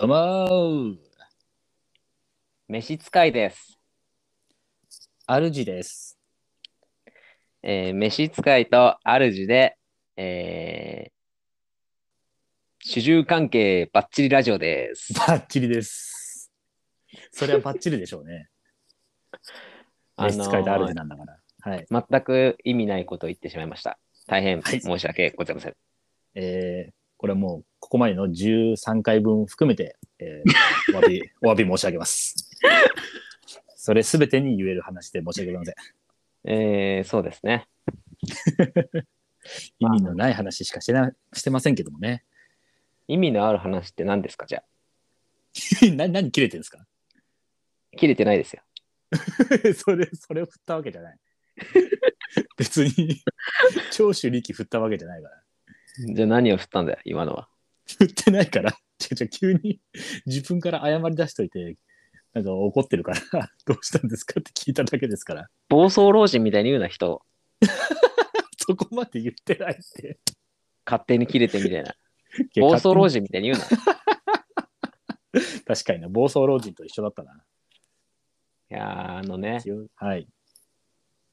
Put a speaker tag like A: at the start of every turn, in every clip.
A: どうも
B: 召使いです。
A: ー、主です。
B: えー、召使いと主で、えー、主従関係バッチリラジオです。
A: バッチリです。それはバッチリでしょう ね。
B: あの
A: 召
B: ー
A: 使いと主なんだから。はい。
B: 全く意味ないことを言ってしまいました。大変
A: はい
B: 申し訳ございません。
A: えー、これはもう、ここまでの13回分含めて、えー、お詫 び、お詫び申し上げます。それすべてに言える話で申し訳ございません。
B: えー、そうですね。
A: 意味のない話しかしてな、してませんけどもね。
B: 意味のある話って何ですかじゃ
A: な、何切れてるんですか
B: あ。切れてないですよ。
A: それ、それを振ったわけじゃない。 別に、 長州力振ったわけじゃないから。
B: じゃあ何を振ったんだよ、今のは。
A: 振ってないから、ちょちょ急に自分から謝り出しといて、なんか怒ってるから、どうしたんですかって聞いただけですから、
B: 暴走老人みたいに言うな人を
A: そこまで言ってないって。
B: 勝手に切れてみたいな。暴走老
A: 人
B: 人みたいに言うな。い
A: 確かにな、暴走老人と一緒だったな。
B: やーあのね、
A: はい。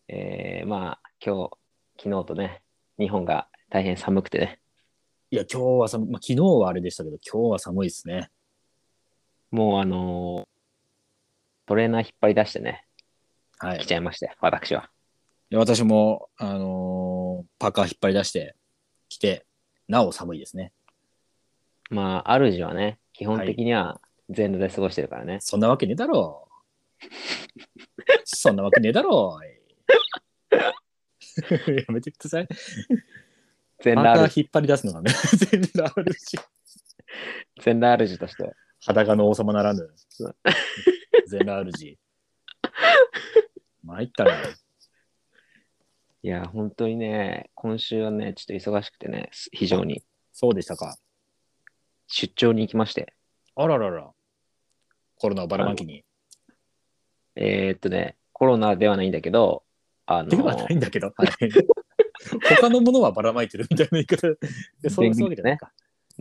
B: えー、まあ今日、昨日とね、日本が大変寒くてね。
A: いや、今日は寒い、まあ、昨日はあれでしたけど、今日は寒いですね。
B: もうあのートレーナー引っ張り出してね、
A: はい。
B: 来
A: い
B: ちゃいまして、私は。
A: や私も、あのーパーカー引っ張り出して来て、なお寒いですね。
B: まあ、主はね、基本的には全裸で過ごしてるからね。
A: そんなわけねえだ ろう。そんなわけねえだ ろう。やめてください。
B: 全
A: パーカ
B: 裸
A: ー
B: 主、
A: 引っ張り出すのがね、 全然あるし。
B: 全裸主として。
A: 裸の王様なら ぬ。全裸あるじ。参ったね。
B: いや、本当にね、今週はね、ちょっと忙しくてね、す非常に
A: そうでしたか。
B: 出張に行きまして。
A: あららら。コロナをばらまきに。
B: えー、っとね、コロナではないんだけど、あの
A: ではないんだけど。はい他のものはばらまいてるみたいな言い 方で、そうそういうわけじゃないか。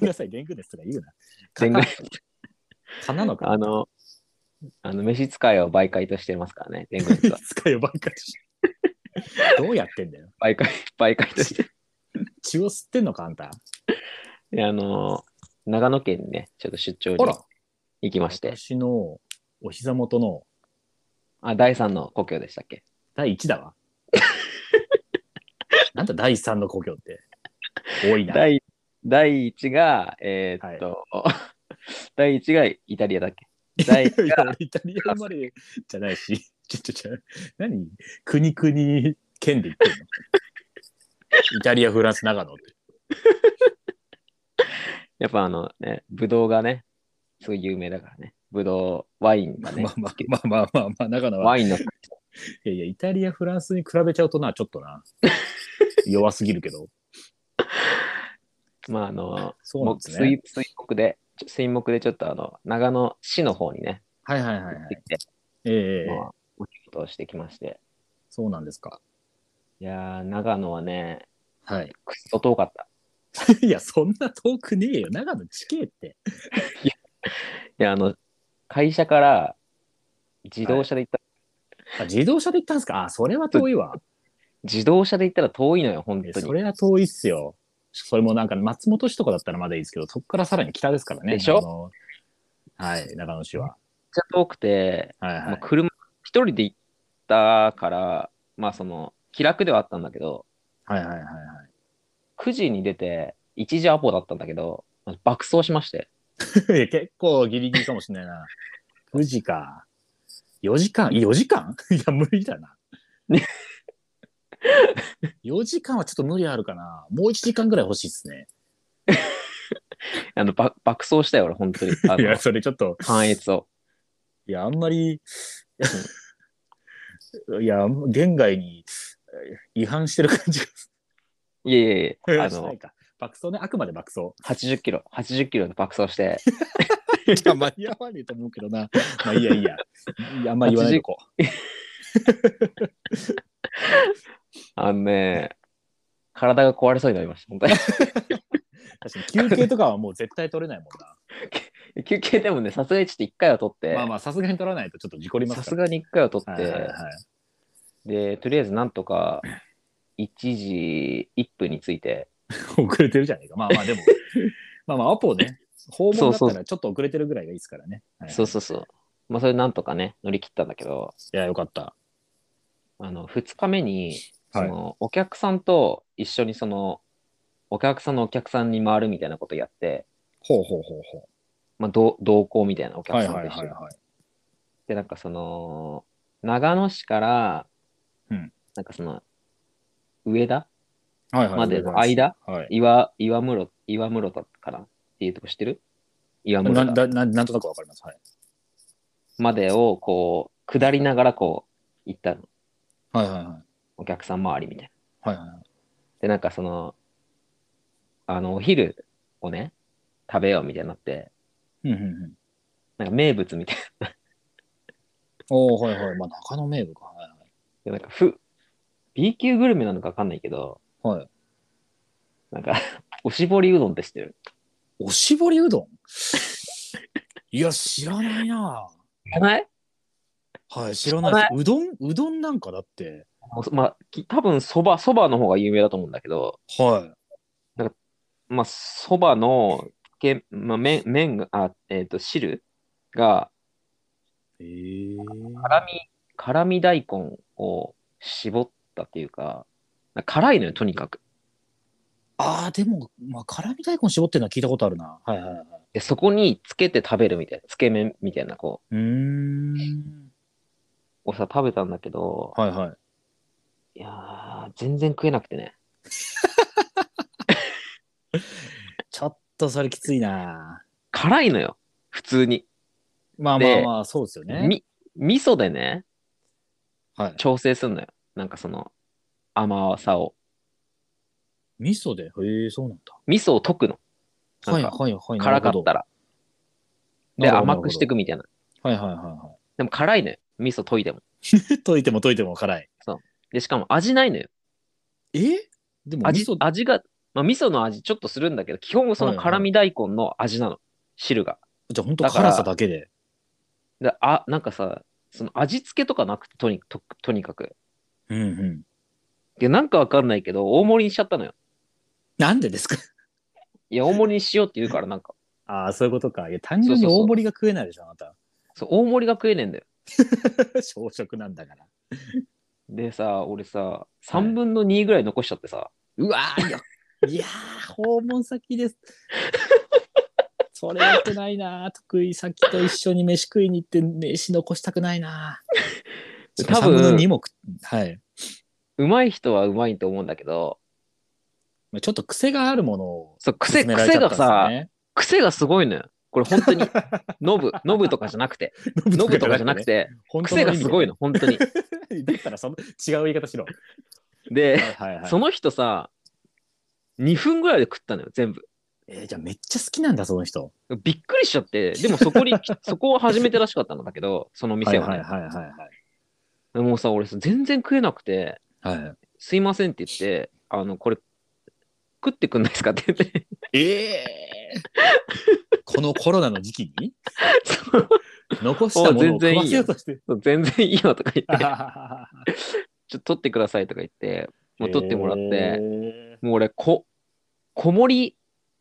A: 皆さん、元気ですとか言うな。
B: 全
A: か
B: 軍
A: なかなのか。
B: あの、あの、飯使いを媒介としてますからね、全軍
A: い
B: は
A: つか呼ばんかし。どうやってんだよ。
B: 媒介、 媒介として。
A: 血を吸ってんのか、あんた。
B: であの、長野県にね、ちょっと出張
A: あ
B: に
A: ら。
B: 行きまして。
A: 私のお膝元の
B: あ、第三の故郷でしたっけ
A: 第1だわ。 なんだ第3の故郷って。多いな。
B: 第第1が、えーっと、 第1がイタリアだっけ第一
A: いや俺イタリア生まれじゃないし、ちょちょちょ、何国国県で言ってんのイタリア、フランス、長野って。
B: やっぱあのね、ブドウがね、すごい有名だからね。ブドウ、ワインがね、
A: まあまあまあまあまあ、まあ、長野は。
B: ワインの、
A: いやいや、イタリア、フランスに比べちゃうとな、ちょっと な。弱すぎるけど。
B: まああの、
A: そうなんですね。
B: 水水木で、ちょ水木でちょっとあの、長野市の方にね、
A: はいはいはいは
B: 行
A: い
B: って。きて、
A: ええええ
B: まあ、お仕事をしてきまして。
A: そうなんですか。
B: いやー、長野はね、
A: はい。
B: くっそ遠かった。
A: いや、そんな遠くねえよ。長野地形って。
B: いや、あの、会社から自動車で行った、
A: あ自動車で行ったんですかあ、それは遠いわ。
B: 自動車で行ったら遠いのよ、本
A: え
B: 当に。
A: それは遠いっすよ。それもなんか松本市とかだったらまだいいですけど、そこからさらに北ですからね。
B: でしょ
A: あのはい、長野市は。
B: めっちゃ遠くて、
A: はいは
B: まあ、
A: い。
B: 車、一人で行ったから、まあその、気楽ではあったんだけど、
A: はいはいはいはい。
B: 9時に出て、1時アポだったんだけど、まあ爆走しまして、
A: いや 結構ギリギリかもしれないな。9時か。4時間 ?4 時間 いや、無理だな。4時間はちょっと無理あるかな。もう1時間ぐらい欲しいっすね。
B: あの、ば爆走したよ、俺、本当に。あ
A: いや、
B: の、
A: それちょっと、
B: 関越を。
A: いや、あんまり、 いや、言外に違反してる感じが
B: いやいやい や、あ
A: あの
B: の、
A: 爆走ね、あくまで爆走。
B: 80キロ、80キロで爆走して、
A: いや、間に合わねえと思うけどな。まあいいやいいや。いやあんま言わないでこう。
B: あのね、体が壊れそうになりました、本当に。
A: 確かに休憩とかはもう絶対取れないもんな。
B: 休憩でもね、さすがにちょっと1回は取って、
A: まあまあ、さすがに取らないとちょっと事故ります
B: さす
A: から。
B: がに1回は取って、
A: はいはいはい。
B: で、とりあえずなんとか1時1分について、
A: 遅れてるじゃないか。まあまあ でも、まあまあアポね、訪問だったらちょっと遅れてるぐらいがいいですからね。はい
B: そうそうそう。まあ、それなんとかね、乗り切ったんだけど、
A: いや、よかった。
B: あの、2日目に、そ
A: はい
B: の、お客さんと一緒にその、お客さんのお客さんに回るみたいなことやって、
A: ほうほうほうほ
B: まあ、同同行みたいなお
A: う。
B: 客
A: はい
B: さん
A: は
B: と
A: い
B: 一緒
A: はい
B: に。
A: はい。
B: で、なんかその、長野市から、
A: うん
B: なんかその、上田
A: はいはい、
B: までの間、
A: はい。
B: 岩、岩室、岩室田かなっていうとこ知ってる岩
A: な
B: 室田
A: なななんとなくわかります。はい。
B: までを、こう、下りながらこう、行ったの。
A: はいはいはい。
B: お客さん周りみたいな。
A: はいはいはい。
B: で、なんかその、あの、お昼をね、食べようみたいになって、
A: うんうんうん。
B: なんか名物みたい
A: おおはいはい。まあ、中野名物か。はい
B: な。でなんかふ、B 級グルメなのかわかんないけど、
A: はい。はい。
B: なんか、おしぼりうどんって知ってる
A: おしぼりうどん いや、知らないな。
B: 知らない
A: はい、知らないです。うどんうどんなんかだって。
B: もうそまあ、き多分そば、そばの方が有名だと思うんだけど、
A: は
B: まあ、そばの、けまあ、麺、麺が、あ、えっ、と、汁が、
A: い。ええ
B: 辛み、辛み大根を絞ったっていうか、なんか辛いのよ、とにかく。
A: ああ、でも、まあ、辛味大根絞ってるのは聞いたことあるな。はいはいはい。
B: で、そこにつけて食べるみたいな、つけ麺みたいな、こう、
A: うーん。
B: をさ食べたんだけど、
A: はいはい。
B: いやー全然食えなくてね
A: ちょっとそれきついな。
B: 辛いのよ普通に、
A: まあまあ
B: で
A: まあ、そうですよね。
B: み味噌でね
A: はい。
B: 調整すんのよなんかその甘さを
A: 味噌で、へえ、そうなんだ。
B: 味噌を溶くのな
A: は
B: ん
A: い
B: か
A: はいはい。
B: 辛か
A: なるほ
B: っ
A: ど
B: たらで
A: なるほど
B: 甘くしていくみたいな
A: はいはいはいは
B: でも辛いのよ味噌溶いても
A: い。溶いても溶いても辛い。
B: でしかも味ないのよ
A: えでも味
B: 味
A: 噌、
B: 味が、まあ、味噌の味ちょっとするんだけど基本その
A: はいはい
B: 辛味大根の味なの、汁が
A: じゃあ本当
B: だから
A: 辛さだけで。
B: であなんかさその味付けとかなくてとにととにかく
A: うんうん。
B: でなんかわかんないけど大盛りにしちゃったのよ
A: なんでですか
B: いや、大盛りにしようって言うから、なんか、
A: ああ、そういうことか。いや、単純に大盛りが食えないでしょ、あなた。
B: そう大盛りが食えねえんだよ。
A: 小食なんだから。
B: でさ、俺さ、3分の2ぐらい残しちゃってさ、
A: うわーよ。いやー、訪問先です。 それ良くないなー。得意先と一緒に飯食いに行って、飯残したくないなー。
B: 多分
A: 3分の2も食っ、はい。
B: うまい人はうまいと思うんだけど、
A: まあちょっと癖があるものを
B: そう癖
A: 勧められち
B: 癖
A: ゃっ
B: が
A: た
B: さ、
A: んですね。
B: 癖がすごいのよ。これ本当に、ノブ、ノブとかじゃな くて、ノブとかじゃなくて、
A: 本当の
B: 癖
A: 意味
B: が
A: でね
B: すごいの、本当に。
A: だったらその違う言い方し ろ。
B: で、
A: はいはい
B: その人さ、2分ぐらいで食ったのよ、全部。
A: えーじゃあめっちゃ好きなんだ、その人。
B: びっくりしちゃって、でも そこに、そこを始めてらしかったんだけど、その
A: は
B: 店
A: い
B: をね。
A: はいはいはい
B: でもうさ、俺さ、全然食えなくて、
A: はい。はい、
B: すいませんって言って、あの、これ、食ってくんないですかって言って、
A: ええこのコロナの時期に
B: そう
A: 残したもの
B: お全
A: を
B: 然
A: 食
B: いい
A: わせ
B: よ
A: ようとしてる。
B: そう全然いいよとか言って、
A: も
B: ちょっと取ってくださいとか言って、 もう取ってもらって、
A: て。
B: もう俺、こ、こもり、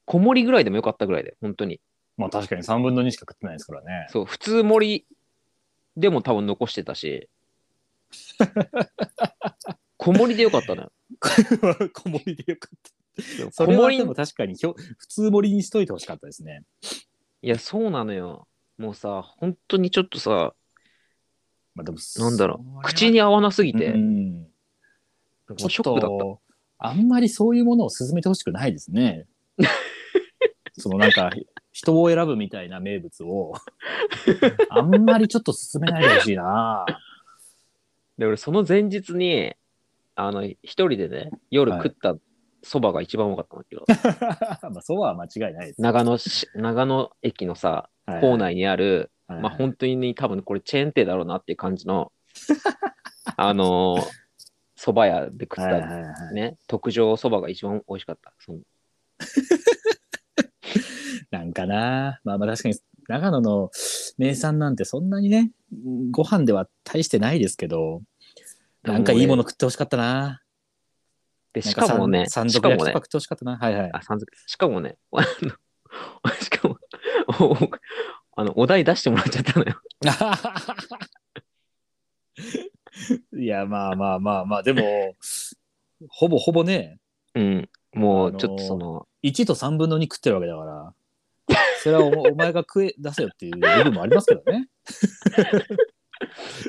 B: こもりぐらいでもよかったぐらいで、本当に。
A: まあ確かに3分の2しか食ってないですからね。
B: そう、普通盛りでも多分残して たし、こもりでよかったのよ。
A: 小盛りでよかった。
B: こ
A: それ
B: も
A: は
B: り、
A: でも
B: い
A: 確かにひょ普通盛りにしといてほしかったですね。
B: や、そうなのよ。もうさ、本当にちょっとさ、
A: まあでも、
B: なんだろう、口
A: に
B: に合わなすぎて、
A: うん、
B: ショックだった。
A: あんまりそういうものを勧めてほしくないです ね。そのなんか人を選ぶみたいな名物をあんまりちょっと勧めないでほしいな。
B: で、俺、その前日に、あの、一人でね、夜
A: はい
B: 食ったそばが一番多かったんだけど、
A: まあそうは間違いないです。
B: 長野市、長野駅のさ、
A: はい
B: 構内にある、
A: はい
B: まあ、本当に多分これチェーン店だろうなっていう感じ の、あのー、そば屋で食っ
A: はいはい
B: た、
A: はいはい
B: ね、特上そばが一番美味しかった。その
A: なんかな。まあまあ確かに長野の名産なんてそんなにね、ご飯では大してないですけど、なんかいいもの食ってほしかったな。
B: で、
A: なん
B: しかもね、
A: さん
B: し
A: 三
B: か
A: 度
B: も
A: 焼きと
B: ね
A: か、食ってほしかったな。はいはい。
B: あ、山賊しかもね、 あの、 しかも、おあの、お題出してもらっちゃったのよ。
A: いや、まあまあまあまあ、でも、ほぼほぼね、
B: うん。も
A: あ
B: う、
A: のー
B: ちょっとその、
A: 1と3分の2食ってるわけだから、それはお お前が食え出せよっていう部分もありますけどね。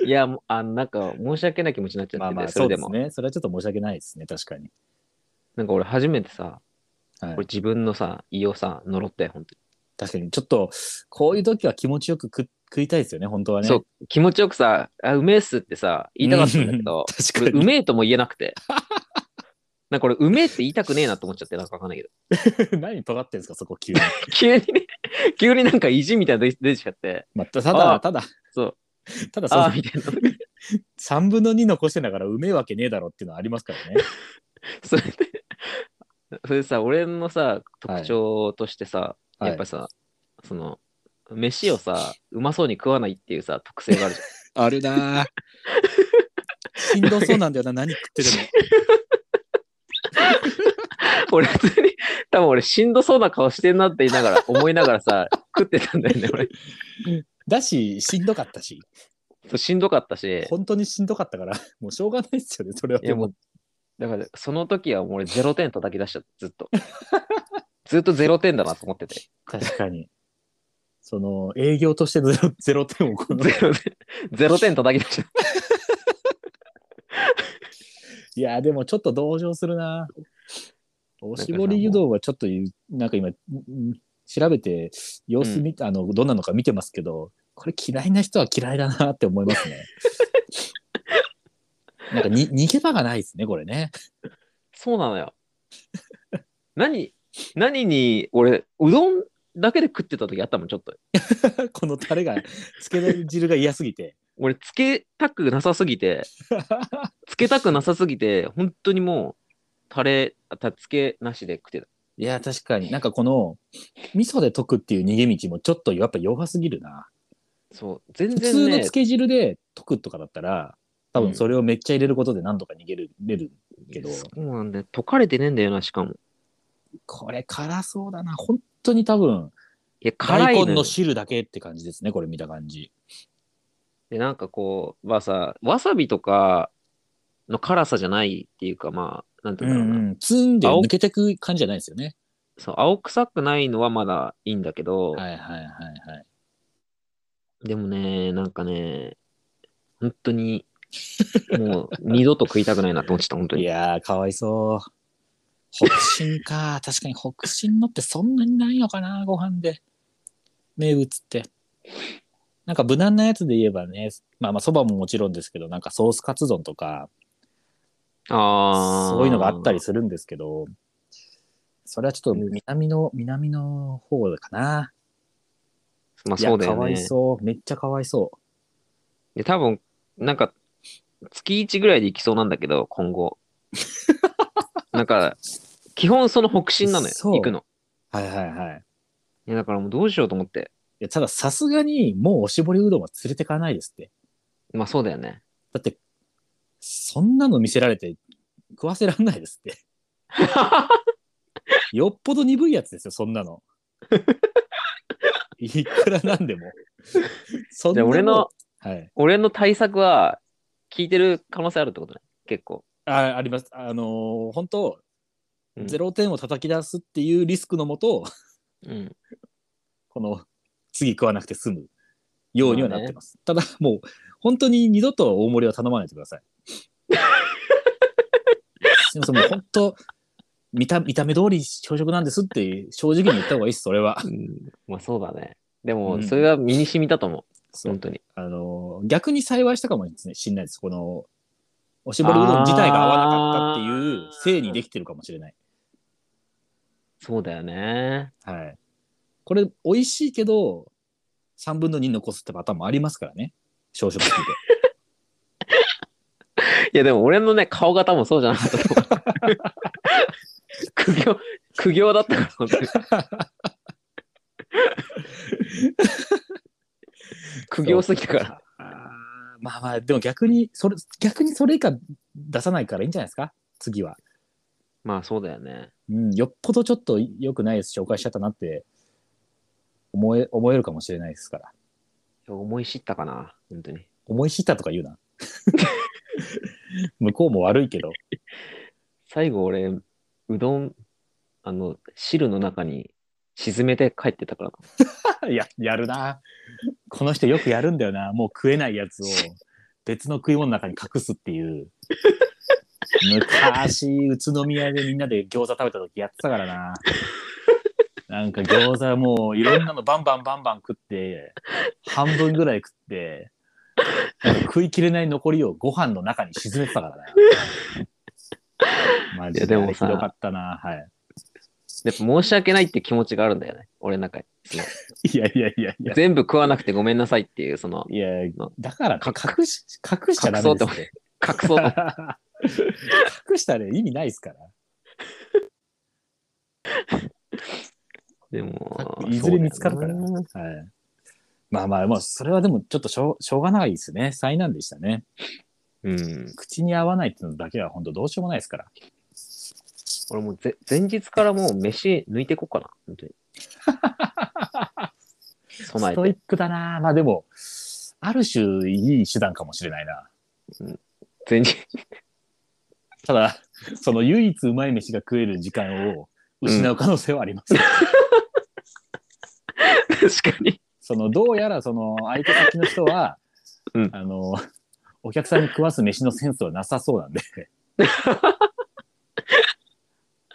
B: いや、もうあのなんか、申し訳ない気持ちになっちゃって
A: まあ
B: て、
A: まあ、
B: そ
A: そ
B: れ
A: う
B: で
A: です
B: も。
A: ね。それはちょっと申し訳ないですね、確かに。
B: なんか俺、初めてさ、
A: はい
B: 俺、自分のさ、胃をさ、呪ったよ、本当
A: 確かに、ちょっと、こういう時は気持ちよく食食いたいですよね、本当は
B: に。
A: ね。
B: そう、気持ちよくさ、あ、うめえっすってさ、言いたかったんだけど、
A: 確か
B: 俺
A: に。
B: うめえとも言えなくて。なんか俺、うめえって言いたくねえなと思っちゃって、なんかわかんないけど。
A: 何尖ってんですか、そこ急に。
B: 急にね、 急になんか意地みたいなの出てきちゃって、
A: まあ、たただ、
B: あ
A: ただ、
B: そう、
A: ただそ
B: ああ、
A: の
B: みたいな。
A: 3分の2残してんだからうめえわけねえだろっていうのはありますからね。
B: それで、それでさ、俺のさ、特徴としてさ、
A: はい
B: やっぱさ、その、飯をさ、うまそうに食わないっていうさ、特性があるじゃん。
A: あるなぁしんどそうなんだよな、何食ってでも。
B: 俺、普通に、多分俺、しんどそうな顔してんなって言いなが ら、思いながらさ、食ってたんだよね、俺。
A: だし、しんどかったし、
B: そうしんどかったし、
A: 本当にしんどかったから、もうしょうがないですよね、それは。
B: いやもう、だから、その時はもう俺、0点叩き出しちゃった、ずっ と。ずっと0点だなと思ってて。
A: 確かに。その、 営業としてゼロゼロ点をこの。
B: 0点、0点叩き出しちゃっ
A: いや、でもちょっと同情するなぁおしぼり湯道はちょっと言う、なんか今、うん調べて、様子見、あの、どんなのか見てますけど、これ嫌いな人は嫌いだなって思いますね。なんかに逃げ場がないですね、これね。
B: た。そうなのよ。 何、何に、俺、うどんだけで食ってた時あったもん、ちょっと。
A: このタレが、つけの汁が嫌すぎて。
B: 俺、つけたくなさす ぎて、つけたくなさすぎて、本当にもう、タレ、あたつけなしで食ってた。
A: いや、確かになんかこの、味噌で溶くっていう逃げ道もちょっとやっぱ弱すぎるな。
B: そう、全
A: 普通
B: 然
A: の
B: ね
A: 漬、け汁で溶くとかだったら、多分それをめっちゃ入れることで何とか逃げる、れるけど、
B: そうなんだよ。溶かれてねえんだよな、しかも。
A: これ辛そうだな。本当に多分、
B: いや、辛
A: 大
B: いのよ
A: 根の汁だけって感じですね、これ見た感じ。
B: で、なんかこう、まあさ、わさびとかの辛さじゃないっていうか、まあ、なんて
A: う
B: 言うんだろうな。
A: んうん。ツンで抜けてく感じじゃないですよね。
B: そう、青臭くないのはまだいいんだけど、
A: はいはいはいはい。
B: でもね、なんかね、本当に、もう二度と食いたくないなと思っちゃった、本当
A: い
B: に。
A: やー、かわいそう。北進か。 確かに北進のってそんなにないのかな、ご飯で。名物って。なんか無難なやつで言えばね、まあまあそばももちろんですけど、なんかソースカツ丼とか、
B: ああ。
A: そういうのがあったりするんですけど、それはちょっと南の、南の方かな。
B: まあ
A: いや
B: そうだ
A: か
B: よ
A: わい
B: ね。
A: そう。めっちゃかわいそう。
B: で、多分、なんか、月1ぐらいで行きそうなんだけど、今後。 なんか、基本その北進なのよ、
A: そう
B: 行くの。
A: はいはいはい。
B: いや、だからもうどうしようと思って。
A: いやたださすがにもうおしぼりうどんは連れてかないですって。
B: まあそうだよね。
A: だって、そんなの見せられて食わせらんないですって。 よっぽど鈍いやつですよ、そんなの。 いくらなんでも。そん
B: じ
A: な
B: ゃあ俺の、
A: はい。
B: 俺の対策は、聞いてる可能性あるってことね、結構。
A: あ、あります。あのー本当、
B: うん
A: ゼロ点を叩き出すっていうリスクのもと、
B: うん。
A: この、次食わなくて済むようにはなってます。ただ、もう、本当に二度と大盛りは頼まないでくだ さい。すいません、もう本当、見た、見た目通り朝食なんですって、正直に言った方がいいです、それは。
B: まあそうだね。で
A: う
B: も、
A: ん
B: それが身に染みたと思う。
A: そう
B: 本当に。
A: あの逆に幸いしたかもしれないです。この、おしぼりうどん自体が合わなかったっていう
B: あー
A: せいにできてるかもしれない。
B: そうだよね。
A: はい。これ、美味しいけど、3分の2残すってパターンもありますからね。少々ついて。
B: いや、でも俺のね、顔型もそうじゃなかったと思う。苦行、苦行だったから、本当に。苦行すぎたから。
A: あーまあまあ、でも逆に、それ、逆にそれ以下出さないからいいんじゃないですか次は。
B: まあそうだよね。
A: うん、よっぽどちょっと良くないやつ紹介しちゃったなって思え、思えるかもしれないですから。
B: 思い知ったかな、本当に。
A: 思い知ったとか言うな。 向こうも悪いけど。
B: 最後俺、うどん、あの、汁の中に沈めて帰ってたから な。
A: や、やるな。この人よくやるんだよな。もう食えないやつを別の食い物の中に隠すっていう。昔、宇都宮でみんなで餃子食べた時やってたからな。なんか餃子もういろんなのバンバンバンバン食って、半分ぐらい食って、なんか食いきれない残りをご飯の中に沈めてたからな。マジ
B: い
A: で
B: やで
A: あれ
B: も
A: ひ
B: さ
A: どかったな。はい。
B: やっぱ申し訳ないって気持ちがあるんだよね、俺の中に。その
A: いやいやいやいや。
B: 全部食わなくてごめんなさいっていう、そ の、
A: いや
B: の、
A: だからね、
B: か
A: 隠し、隠しちゃダメです
B: 隠そうと思
A: っ
B: っ
A: て。
B: 隠そうと。
A: 隠したら意味ないですから。
B: でも、
A: いずれ見つかるから
B: そうだよな
A: はい。まあまあ、まあ、それはでもちょっとしょうしょうがないですね。災難でしたね。
B: うん。
A: 口に合わないっていうのだけは本当どうしようもないですから。
B: 俺もうぜ前日からもう飯抜いていこうかな、本 当に。備
A: ス
B: え
A: トイ
B: て。
A: ックだなまあでも、ある種いい手段かもしれないな。
B: 前日。
A: ただ、その唯一うまい飯が食える時間を失う可能性はあります。
B: 確かに。
A: その、どうやらその相手先の人は、
B: うん
A: あの、お客さんに食わす飯のセンスはなさそう なんで。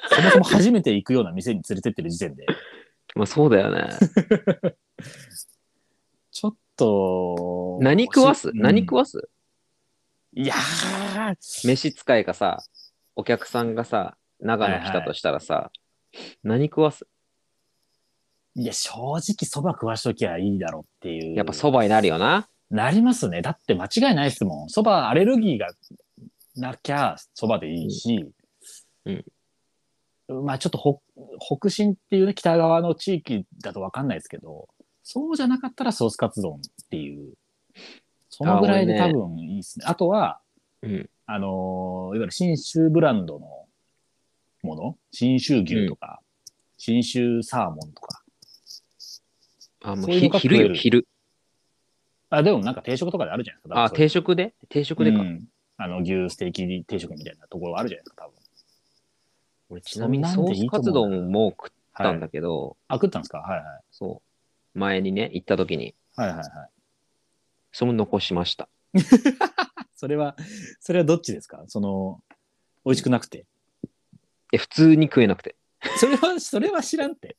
A: そもそも初めて行くような店に連れてってる時点で、
B: まあそうだよね。
A: ちょっと。
B: 何食わす
A: うん
B: 何食わす
A: いやー、
B: 飯使いがさ、お客さんがさ、長野来たとしたらさ、何食わす
A: いや、正直そば食わしときゃいいだろうっていう。
B: やっぱそばになるよな。
A: なりますね。だって間違いないですもん。そばアレルギーがなきゃそばでいいし、
B: うん
A: まあちょっとほ北進っていうね、北側の地域だとわかんないですけど、そうじゃなかったらソースカツ丼っていう、そのぐらいで多分いいですね。あとは、
B: うん。
A: あのーいわゆる信州ブランドのもの、信州牛とか、信州サーモンとか、
B: あ、も
A: そうういうの
B: ひ
A: が食える
B: 昼よ、昼。
A: あ、でもなんか定食とかであるじゃないですか。
B: あ、定食で定食でか。
A: うんあの、牛ステーキ定食みたいなところあるじゃないですか、多分。
B: 俺ちなみに
A: そん
B: ソ
A: なんで
B: ー
A: いいと
B: スカ
A: 思
B: ツ
A: う
B: 丼も食ったん
A: はい
B: だけど、
A: あ、食ったんですかはいはい。
B: そう。前にね、行った時に、
A: はいはいはい。
B: それも残しました。
A: それは、それはどっちですかその、美味しくなくて。
B: え、普通に食えなくて。
A: それ は、それは知らんって。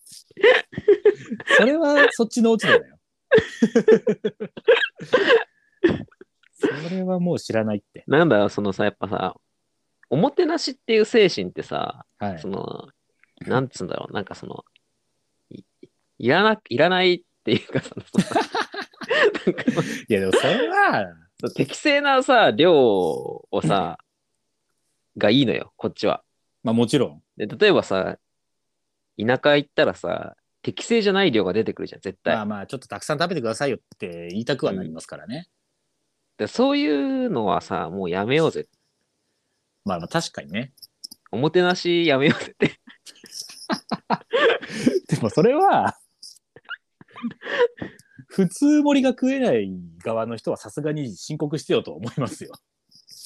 A: それは、そっちの落ち度だよ。それはもう知らないって。
B: なんだよ、そのさ、やっぱさ、おもてなしっていう精神ってさ、
A: はい
B: そ。の、なんつうんだろう、なんかその、いいらな、いらないってい うかさ、そのなんか
A: いや、でもそれは、
B: そう適正なさ、量をさ、がいいのよ、こっちは。
A: まあもちろん。
B: で、例えばさ、田舎行ったらさ、適正じゃない量が出てくるじゃん、絶対。
A: まあまあ、ちょっとたくさん食べてくださいよって言いたくはなりますからね。
B: でそういうのはさ、もうやめようぜ。
A: まあまあ、確かにね。
B: おもてなしやめようぜって。
A: でもそれは普通盛りが食えない側の人はさすがに申告してよと思いますよ。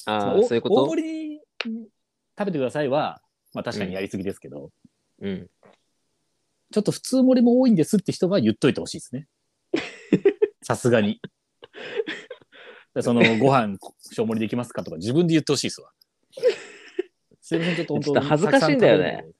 B: あ
A: お
B: あ、そういうこ
A: 大
B: と
A: 盛りに食べてくださいは、まあ、確かにやりすぎですけど、
B: うん。
A: ちょっと普通盛りも多いんですって人は言っといてほしい ですね。さすがに。でそのご飯小盛りできますかとか自分で言ってほしいですわ。すいませんちょっと本当
B: ちょっと恥ずかしいんだよね
A: たくさ食べるんで。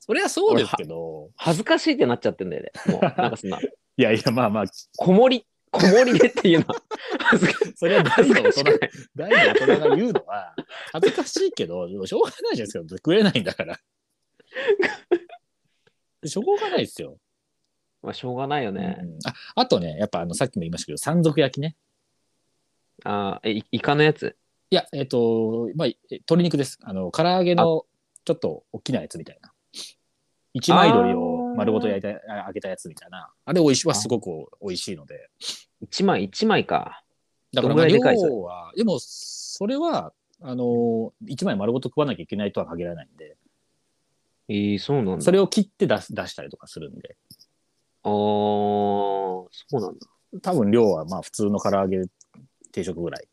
A: それはそうですけど。
B: 恥ずかしいってなっちゃってんだよね。もう、なんかそんな、
A: いやいやまあまあ
B: こもり、こもりでっていうのは、 恥ずか
A: それは大
B: 恥ず
A: の大
B: かし
A: 人
B: くない。
A: 大の大人が言うのは、 恥ずかしいけど、でもしょうがないじゃないですか。食えないんだ から。しょうがないですよ。
B: まあ、しょうがないよね。
A: うんああとね、やっぱあのさっきも言いましたけど、山賊焼きね。
B: ああ、え、いイカのやつ。
A: いや、えっ、と、まあ、え鶏肉です。あの、唐揚げのちょっと大きなやつみたいな。一枚鶏を丸ごと焼いてあ揚げたやつみたいな。あれ美味しいはすごく美味しいので。
B: 一枚一枚か。
A: だから
B: ど
A: まあ
B: んぐらいで
A: 量
B: かいそれ
A: は、でもそれは、あの、一枚丸ごと食わなきゃいけないとは限らないんで、
B: えー、そうなんだ。
A: それを切って出す出したりとかするんで、
B: ああ、そうなんだ。
A: 多分量はまあ普通の唐揚げ定食ぐらい。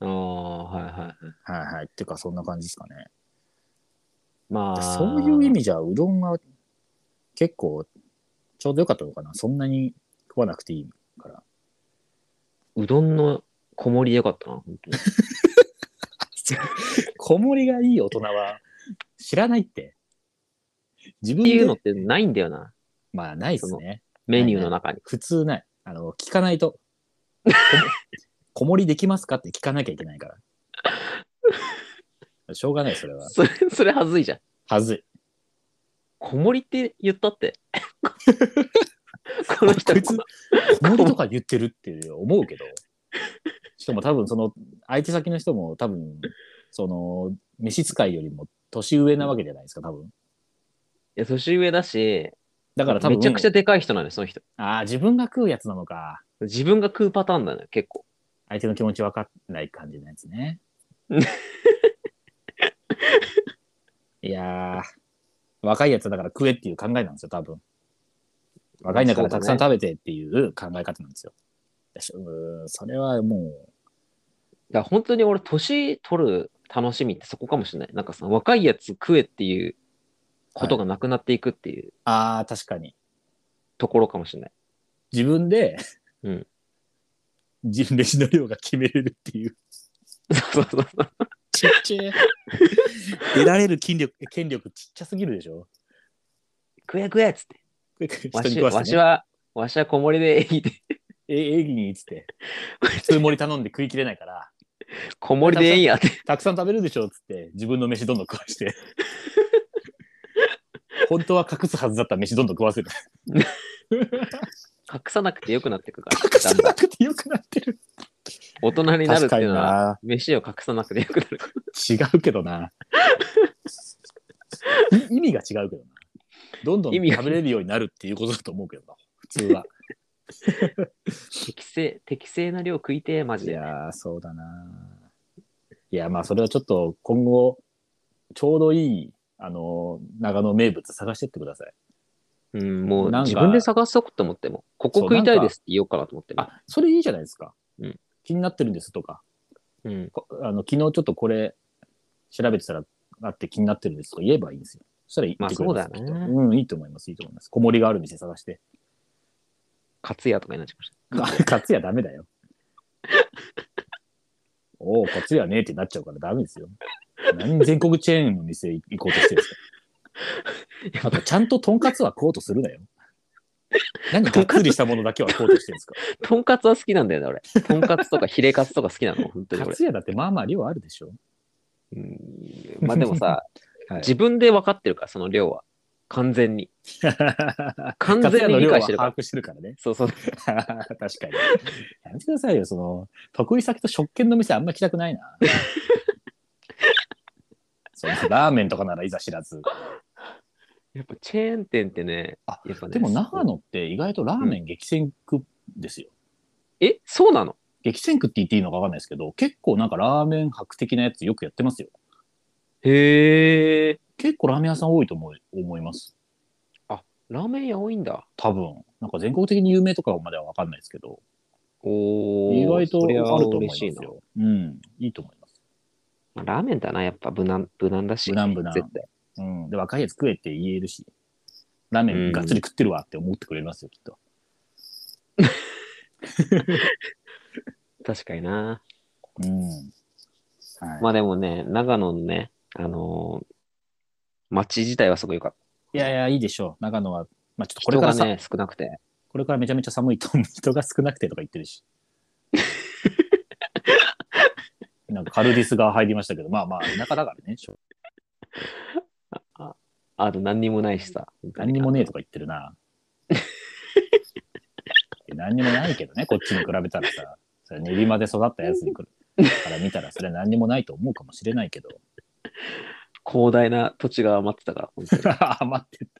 B: ああ、はいはいはい。
A: はいはい。っていうかそんな感じですかね。
B: まあ、
A: そういう意味じゃ、うどんは結構ちょうどよかったのかな。そんなに食わなくてい いから。
B: うどんの小盛りでよかったな、本当に。
A: 小盛りがいい大人は知らないって。自分
B: っていうの
A: で
B: っ、てないんだよな、
A: まあないですね。
B: メニューの中に。
A: 普通ない。あの、聞かない と。小盛りできますかって聞かなきゃいけないから。しょうがない、それは。
B: それ、それはずいじゃん。
A: はずい。
B: 小盛りって言っ たって。この人
A: こいつ小盛りとか言ってるって思うけど。しかも多分その、相手先の人も多分、その、飯使いよりも年上なわけじゃないですか、多分。
B: いや、年上だし、
A: だから多分、
B: めちゃくちゃでかい人なのよ、その人。
A: ああ、自分が食うやつなのか。
B: 自分が食うパターンなのよ、結構。
A: 相手の気持ち分かんない感じのやつ ね。いやー、若いやつだから食えっていう考えなんですよ、多分。若いんだからたくさん食べてっていう考え方なんですよ。しうーんそれはも
B: だから本当に俺、年取る楽しみってそこかもしれない。なんかさ、若いやつ食えっていうことがなくなっていくっていう
A: う、ああ、確かに。
B: ところかもしれない。
A: 自分で、
B: うん
A: 自分飯の量が決めれるっていう。
B: そうそうそう。
A: ちっちゃい。得られる筋力、権力ちっちゃすぎるでしょ。
B: 食え食えっつって。わ
A: 人に
B: し
A: 食わ
B: わ
A: せて
B: し
A: ね、
B: は、わしは小盛りでいいって。
A: え、えぎにっつって。普通盛り頼んで食いきれないから。
B: 小盛りでいいやって。
A: たくさん食べるでしょっつって自分の飯どんどん食わして 本当は隠すはずだった飯どんどん食わせる
B: 隠さなくてよくなっていくから。
A: 隠
B: だ
A: さ
B: んだ
A: なんくてよくなってる
B: 大人になる
A: 確
B: って
A: か
B: い
A: に
B: うのは、
A: な
B: 飯を隠さなくてよくなるから。
A: 違うけど ない意味が違うけどなどんどん
B: 意味が
A: 食べれるようになるっていうことだと思うけどな普通 は
B: 適正、適正な量食いてえ、マジ
A: い
B: で。
A: やーそうだないやまあそれはちょっと今後ちょうどいいあの長野名物探してってください
B: うん、もう
A: なんか
B: 自分で探そうと思っても、ここ食いたいですって言おうかなと思ってる。
A: あそれいいじゃないですか、
B: うん
A: 気になってるんですとか
B: うん。
A: こあの昨日ちょっとこれ調べてたらあって気になってるんですとか言えばいいんですよ。そしたら言ってくれます、
B: まあそうだよ
A: き
B: ね
A: っとうん、いいと思います、いいと思います。子守がある店探して。
B: カツヤとかになっちゃいまし た。
A: あカツヤダメだよ。おお、カツヤねえってなっちゃうからダメですよ。何全国チェーンの店行こうとしてるんですか。あと、ちゃんととんかつはこうとするなよ。何がっつりしたものだけはこうとしてるんです か。
B: とんかつは好きなんだよね、 俺。とんかつとかヒレカツとか好きなの、本当に
A: カ
B: 俺。
A: ツヤだってまあまあ量あるでしょ。
B: うんまあでも さ、
A: はい
B: 自分で分かってるから、その量は。完全に。 完
A: カツヤ
B: 全
A: の
B: に
A: 量は
B: 理解してるか
A: 把
B: ら。
A: 握してるからね。
B: そうそう。
A: 確かに。やめてくださいよ、その、得意先と食券の店あんま行きたく ないな。そのラーメンとかならいざ知らず。
B: やっぱチェーン店ってね、
A: あ
B: やっぱね
A: でも長野って意外とラーメン激戦区ですよ。
B: え、そうなの
A: 激戦区って言っていいのかわかんないですけど、結構なんかラーメン博的なやつよくやってますよ。
B: へえ。
A: 結構ラーメン屋さん多いと思い思います。
B: ラーメン屋多いんだ。
A: 多分。なんか全国的に有名とかまではわかんないですけど、
B: おー
A: 意外とあ
B: そ
A: る
B: れは
A: と思いま
B: 嬉
A: す
B: しいな。
A: よ。うん、いいと思います。
B: まあラーメンだな、やっぱ無難、無難だし。
A: 無難無難
B: 絶対。
A: うん、で若いやつ食えって言えるし、ラーメンがっつり食ってるわって思ってくれますよ、きっと。
B: 確かにな。
A: うん。はい
B: まあでもね、長野のね、あのー街自体はすごい良かった。
A: いやいや、いいでしょう。長野は、まあちょっとこれ
B: 人
A: から
B: が
A: さ、
B: ね、少なくて。
A: これからめちゃめちゃ寒いと思う、人が少なくてとか言ってるし。なんかカルディスが入りましたけど、まあまあ、田舎だからね、しょ
B: あと何にもないしさ。
A: 何にもねえとか言ってるな。何にもないけどね、こっちに比べたらさ、それ練馬で育ったやつにくるから見たら、それは何にもないと思うかもしれないけど。
B: 広大な土地が余ってたから、本当に
A: 余ってた。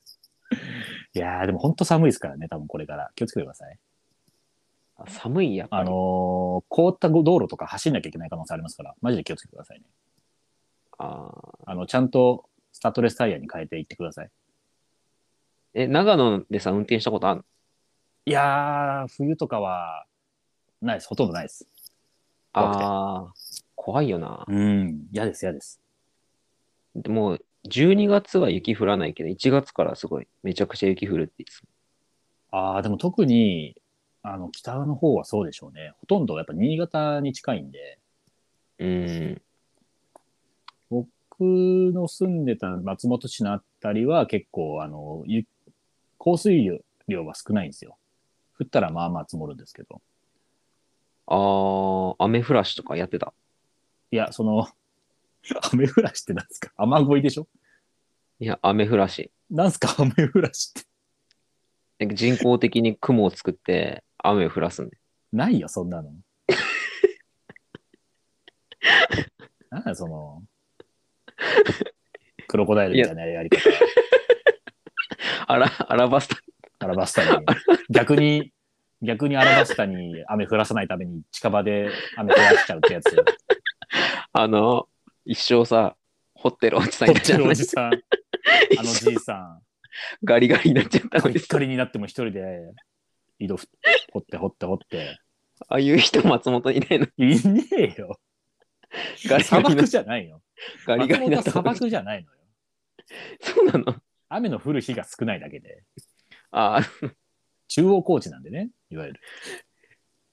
A: いやー、でも本当寒いですからね、多分これから。気をつけてください。
B: あ寒い、やっぱり。
A: あのー凍った道路とか走んなきゃいけない可能性ありますから、マジで気をつけてくださいね。
B: あー
A: あの、ちゃんとスタッドレスタイヤに変えていってください。
B: え、長野でさ、運転したことある
A: いやー、冬とかは、ないです。ほとんどないです。怖くて
B: ああー、怖いよな。
A: うん。嫌です、嫌です。
B: でも、12月は雪降らないけど、1月からすごい、めちゃくちゃ雪降るって言ってた
A: ああ、でも特に、あの、北の方はそうでしょうね。ほとんどやっぱ新潟に近いんで、
B: うん。
A: 僕の住んでた松本市のあたりは結構、あの、ゆ降水量が少ないんですよ。降ったらまあまあ積もるんですけど。
B: ああ、雨降らしとかやってた。
A: いや、その、 雨降らしってなんですか雨乞いでしょ
B: いや、雨降らし。
A: なんすか雨降らしって。
B: なんか人工的に雲を作って、雨を降らすんで。
A: ないよ、そんなの。なんだよその、クロコダイルみたいなやり方。
B: あら、アラバスタ。
A: アラバスタに。逆に、逆にアラバスタに雨降らさないために近場で雨降らしちゃうってやつ。
B: あの、一生さ、掘ってるおじさ
A: 撮
B: ん
A: っ
B: になっち
A: て
B: ゃった
A: るおじさん、あの
B: 一
A: じ
B: 生
A: いさ
B: ガリガリになっちゃった
A: ん、
B: の
A: 一
B: にさ
A: 人になっても一人で井戸ふ掘って掘って掘って。
B: ああいう人松本いないの。
A: いねえよ。
B: ガリガ
A: 砂
B: リ
A: 漠
B: な、
A: じゃないよ。
B: ガリ ガ
A: 松
B: リ
A: 本
B: な
A: は
B: と
A: 砂
B: こ
A: 漠じゃないのよ。
B: そうなの。
A: 雨の降る日が少ないだけで。
B: ああ、
A: 中央高地なんでね、いわゆる。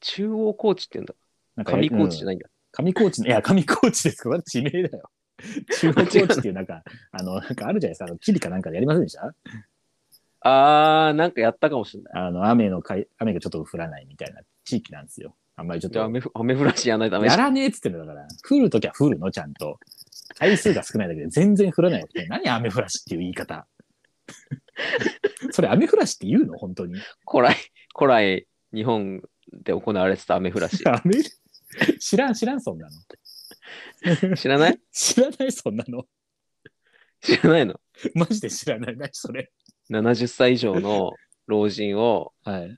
B: 中央高地って言うんだ。
A: なんか
B: 上高地じゃ
A: うん
B: ないんだ。
A: 上高地、いや、上高地ですか地名 だよ。中央高地っていう、なんか、あの、なんかあるじゃないですかあの。チリかなんかでやりませんでした
B: ああ、なんかやったかもしれない。
A: あの、雨のかい、雨がちょっと降らないみたいな地域なんですよ。あんまりちょっ
B: じゃ
A: と。
B: あ雨ふ、雨降らしやらないとダメ
A: や
B: じゃ
A: ら
B: ん。
A: ねえっつってんだから、降るときは降るの、ちゃんと。回数が少ないだけで全然降らないわけで。何雨降らしっていう言い方。それ雨降らしって言うの本当に。
B: 古来、古来、日本で行われてた雨降 らし。
A: ダメ知らん知らんそんなの
B: 知らない
A: 知らないそんなの
B: 知らないの
A: マジで知らない何それ
B: ?70 歳以上の老人を
A: はい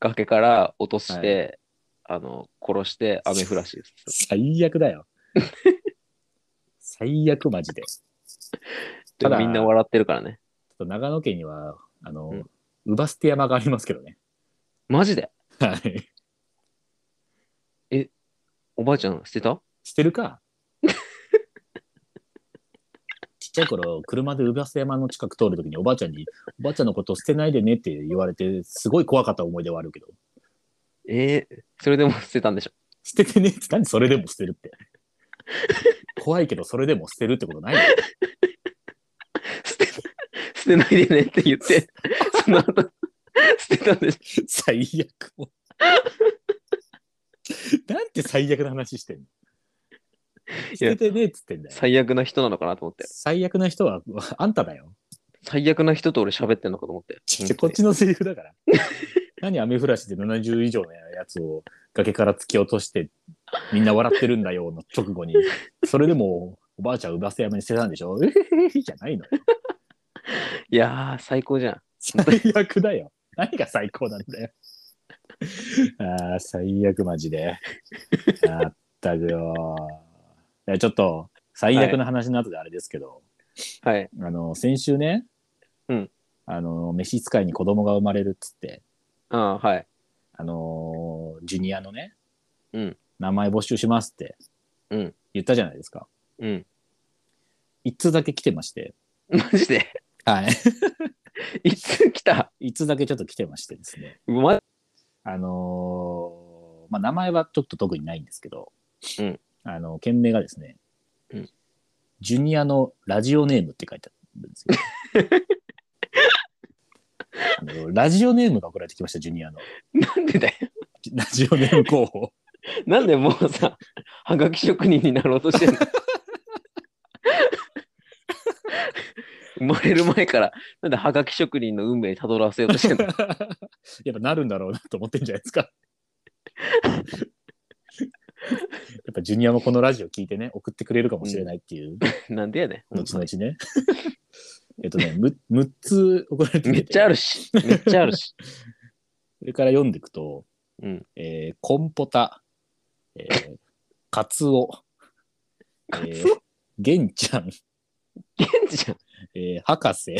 B: 崖から落として、あの、殺して雨降らしです。
A: 最悪だよ最悪マジでち
B: で
A: ただ
B: もみんな笑ってるからね。
A: ょっと長野県にはあの、
B: うん
A: ウバステ山がありますけどね
B: マジで
A: はい
B: おばあちゃん捨てた
A: してる かちっちゃい頃車でウバステ山の近く通るときにおばあちゃんに「おばあちゃんのこと捨てないでね」って言われてすごい怖かった思い出はあるけど
B: ええそれでも捨てたんでしょ
A: 捨ててねって何それでも捨てるって怖いけどそれでも捨てるってことないよ
B: 捨て、 捨てないでねって言って、その 後、捨てたんでし ょ
A: 最悪もうなんて最悪な話してんの捨ててねえっつってんだよ
B: 最悪な人なのかなと思って。
A: 最悪な人はあんただよ
B: 最悪な人と俺喋ってんのかと思って。
A: ちょこっちのセリフだから何雨降らしで70以上のやつを崖から突き落としてみんな笑ってるんだよの直後にそれでもおばあちゃんうばせ山に捨てたんでしょえへへへじゃないの
B: いやー、最高じゃん。
A: 最悪だよ。何が最高なんだよ。ああ、最悪マジで。あったくよ。いやちょっと、最悪の話の後であれですけど、
B: はい。
A: あの、先週ね、
B: うん
A: あの、飯使いに子供が生まれるっつって、
B: あーはい。
A: あのージュニアのね、
B: うん
A: 名前募集しますって
B: うん。
A: 言ったじゃないですか。
B: うん。
A: 一通だけ来てまして、
B: マジで、
A: はい。
B: いつ来た
A: 一通だけちょっと来てましてですね、
B: うまい。
A: あのーまあ、名前はちょっと特にないんですけど、
B: うん
A: あの件名がですね、
B: うん
A: ジュニアのラジオネームって書いてあるんですよ。 あのラジオネームが送られてきました、ジュニアの。
B: なんでだよ。
A: ジラジオネーム候補。
B: なんでもうさ、はがき職人になろうとしてんの生まれる前から、なんではがき職人の運命たどらせようとしてんの
A: やっぱなるんだろうなと思ってんじゃないですか。やっぱジュニアもこのラジオ聞いてね、送ってくれるかもしれないっていう
B: なんでやねん。
A: 後々ね。えっとね、む6つ送られてきて
B: めっちゃあるし。めっちゃあるし。
A: それから読んでいくと、
B: うん。
A: えー、コンポタ、え ー、カツオ、え
B: カツ
A: ー、ゲンちゃん、
B: オケンちゃん。
A: えー、博士、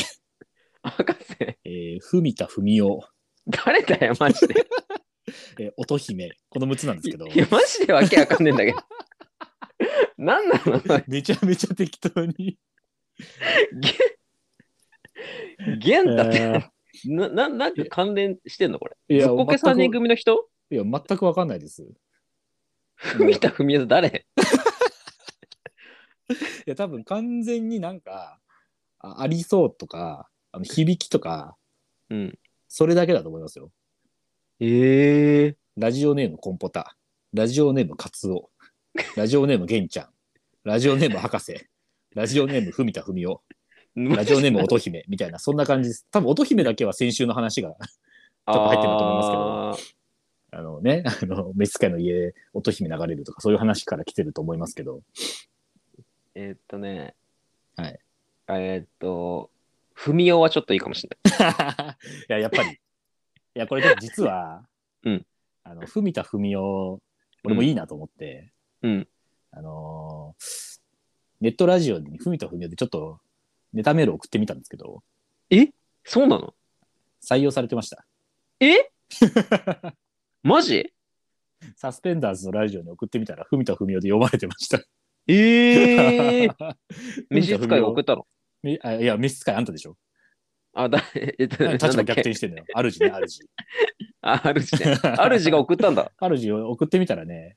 B: 博士。
A: えー、文田文雄、
B: 誰だよ、マ ジで。
A: えー、乙姫、この6つなんですけど
B: い、や、マジでわけわかんねえんだけど。 なんなの
A: めちゃめちゃ適当に。
B: ゲンタっ
A: え
B: て
A: ー、
B: な、な、なんか関連してんのこれ。
A: い
B: ず
A: や
B: っこけ
A: 全く
B: 3人組の人
A: いや、全くわかんない です。うん
B: 文田文雄誰
A: いや、多分完全になんか、あありそうとか、あの響きとか、
B: うん。
A: それだけだと思いますよ。
B: ええ
A: ラジオネームコンポタ、ラジオネームカツオ、ラジオネームゲンちゃん、ラジオネーム博士、ラジオネーム文田文雄、ラジオネーム乙姫みたいな、そんな感じです。多分乙姫だけは先週の話が、
B: と
A: 入ってると思いますあのね、あの、召使いの家、乙姫流れるとか、そういう話から来てると思いますけど、
B: けど。えーっとね。
A: はい。
B: えーっと、文雄はちょっといいかもしれない
A: いや、やっぱり。いや、これでも実は、
B: うん
A: あの、文田文雄、俺もいいなと思って、。
B: うん。
A: あのーネットラジオに文田文雄でちょっと、ネタメール送ってみたんですけど、
B: そうなの
A: 採用されてました。
B: えマジ
A: サスペンダーズのラジオに送ってみたら、文田文雄で読まれてました。
B: え え飯使いを送
A: 送
B: ったの
A: あいや、召使いあんた でしょ。
B: あ、だ、えっと、なん
A: 立場
B: だっ
A: 逆
B: け
A: 転して んのよ。主ね、主。
B: あ、主 ね。主が送ったんだ。
A: 主を送ってみたらね、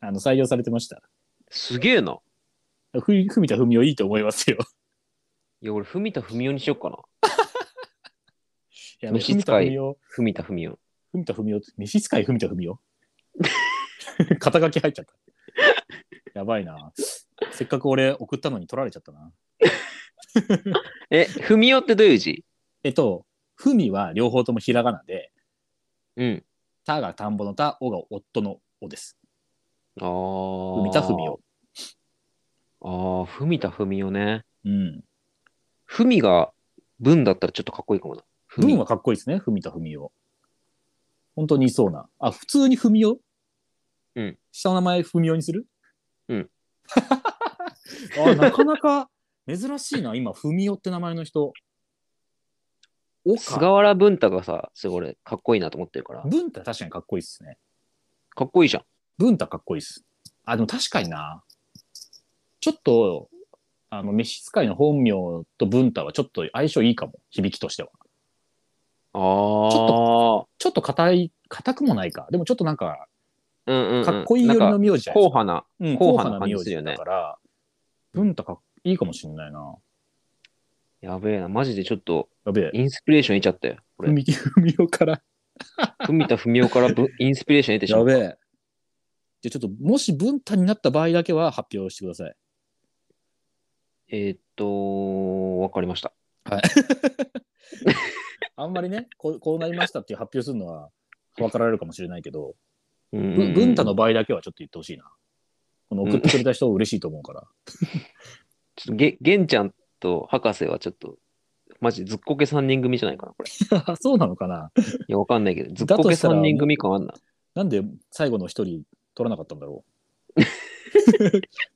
A: あの、採用されてました。
B: すげえな。
A: ふ文田文雄いいと思いますよ。
B: いや、俺、文田文雄にしよっかな。
A: いや、
B: 召使い
A: 文田文雄、文
B: 文田文雄。
A: 田文雄、飯使い文田文雄 肩書き入っちゃった。やばいな。せっかく俺送ったのに取られちゃったな。
B: え、文雄ってどういう字
A: えっと、文は両方ともひらがなで、
B: うん。
A: たが田んぼのた、おが夫のおです。
B: ああ。
A: 文田文雄。
B: ああ、文田文雄ね。
A: うん。
B: 文が文だったらちょっとかっこいいかもな。
A: 文はかっこいいですね、文田文雄。本当にいそうな。あ、普通に文雄
B: うん。
A: 下の名前文雄にする
B: うん。
A: あ、なかなか珍しいな、今、文雄って名前の人。お
B: 菅
A: か。
B: 原文太がさ、すごい俺かっこいいなと思ってるから。
A: 文太確かにかっこいいですね。
B: かっこいいじゃん。
A: 文太かっこいいです。あ、でも確かにな。ちょっと、あの、召使いの本名と文太はちょっと相性いいかも、響きとしては。
B: ああ。
A: ちょっと硬い、硬くもないか。でもちょっとなんか、
B: うんうんうん。
A: かっこいいより
B: な
A: の
B: んか
A: 名字じゃないで
B: 硬
A: すか。
B: 派な。
A: うん、
B: 硬
A: 硬
B: 派
A: 派
B: な
A: な
B: 感じ
A: 名
B: す
A: 字
B: るよね
A: だから、文太かいいかもしんないな。
B: やべえな。マジでちょっと
A: やべえ。
B: インスピレーション得ちゃったよ。こ
A: ふ
B: れ。
A: み、ふみおから。
B: 文田文雄からぶインスピレーション得てしま
A: や
B: う。
A: べえ。じゃあちょっと、もし文太になった場合だけは発表してください。
B: えーっと、わかりました。
A: あんまりね、 こうこうなりましたっていう発表するのは、分かられるかもしれないけど、
B: うんうんうん
A: ぶ文太の場合だけはちょっと言ってほしいな。この送ってくれた人嬉しいと思うから。
B: ちょっとげ、げんちゃんと博士はちょっと、マジずっこけ3人組じゃないかな、これ。い
A: そうなのかな
B: や、わかんないけ ど、ずっ
A: だ
B: ことけ
A: したら
B: 3人組感あんな。
A: なんで最後の一人取らなかったんだろ う。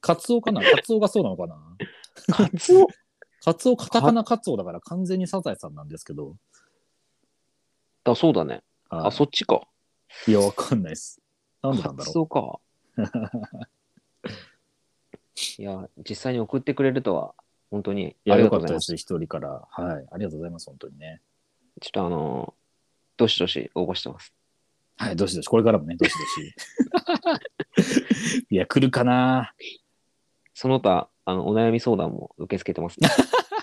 A: カツオかなカツオがそうなのかな
B: カツオ
A: カツオ、カタカナカツオだから完全にサザエさんなんですけど。
B: だ、そうだね。
A: あ
B: あ、そっちか。
A: いや、わかんないです。なんでな
B: カ
A: んだ
B: ツ
A: ろ
B: オ か。いや、実際に送ってくれるとは、本当に
A: う。いや、
B: ありが
A: よ
B: と
A: か
B: う
A: った
B: ござい
A: で
B: ます。
A: す、一人から。はい。ありがとうございます、本当にね。
B: ちょっとあのーどしどし応募してます。
A: はい、どしどし、これからもね、どしど し。いや、来るかな
B: その他、あの、お悩み相談も受け付け てます。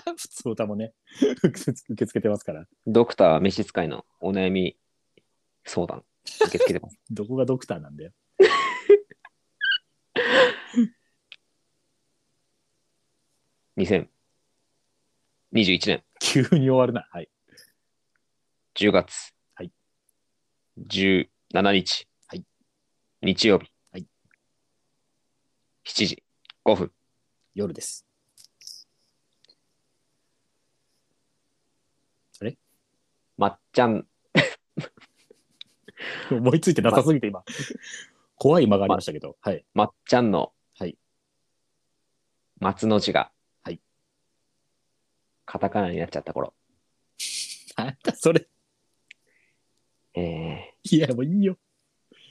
A: 普通歌もね、受け付受け付けてますから。
B: ドクター召使いのお悩み相談、受け付けてます。
A: どこがドクターなんだよ。
B: 2021年。
A: 急に終わるな。はい。
B: 10月、
A: はい
B: 17日、
A: はい
B: 日曜日、
A: はい
B: 7時5分、
A: 夜です。
B: まっちゃん、
A: 思いついてなさすぎて今。怖い間がありましたけど。はい。
B: まっちゃんの、
A: はい
B: 松の字が、
A: はい
B: カタカナになっちゃった頃、
A: なんだそれ。
B: え
A: いや、もういいよ。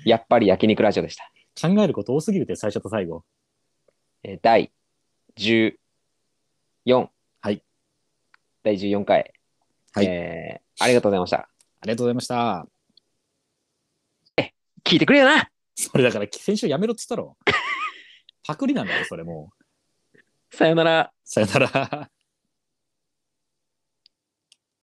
B: ーやっぱり焼肉ラジオでした。
A: 考えること多すぎるって最初と最後。
B: えー第14、
A: はい
B: 第14回、
A: はい
B: えーありがとうございました。
A: ありがとうございました。
B: 聞いてくれよな
A: それだから、先週やめろって言ったろ。パクリなんだよ、それもう。
B: さよなら。
A: さよなら。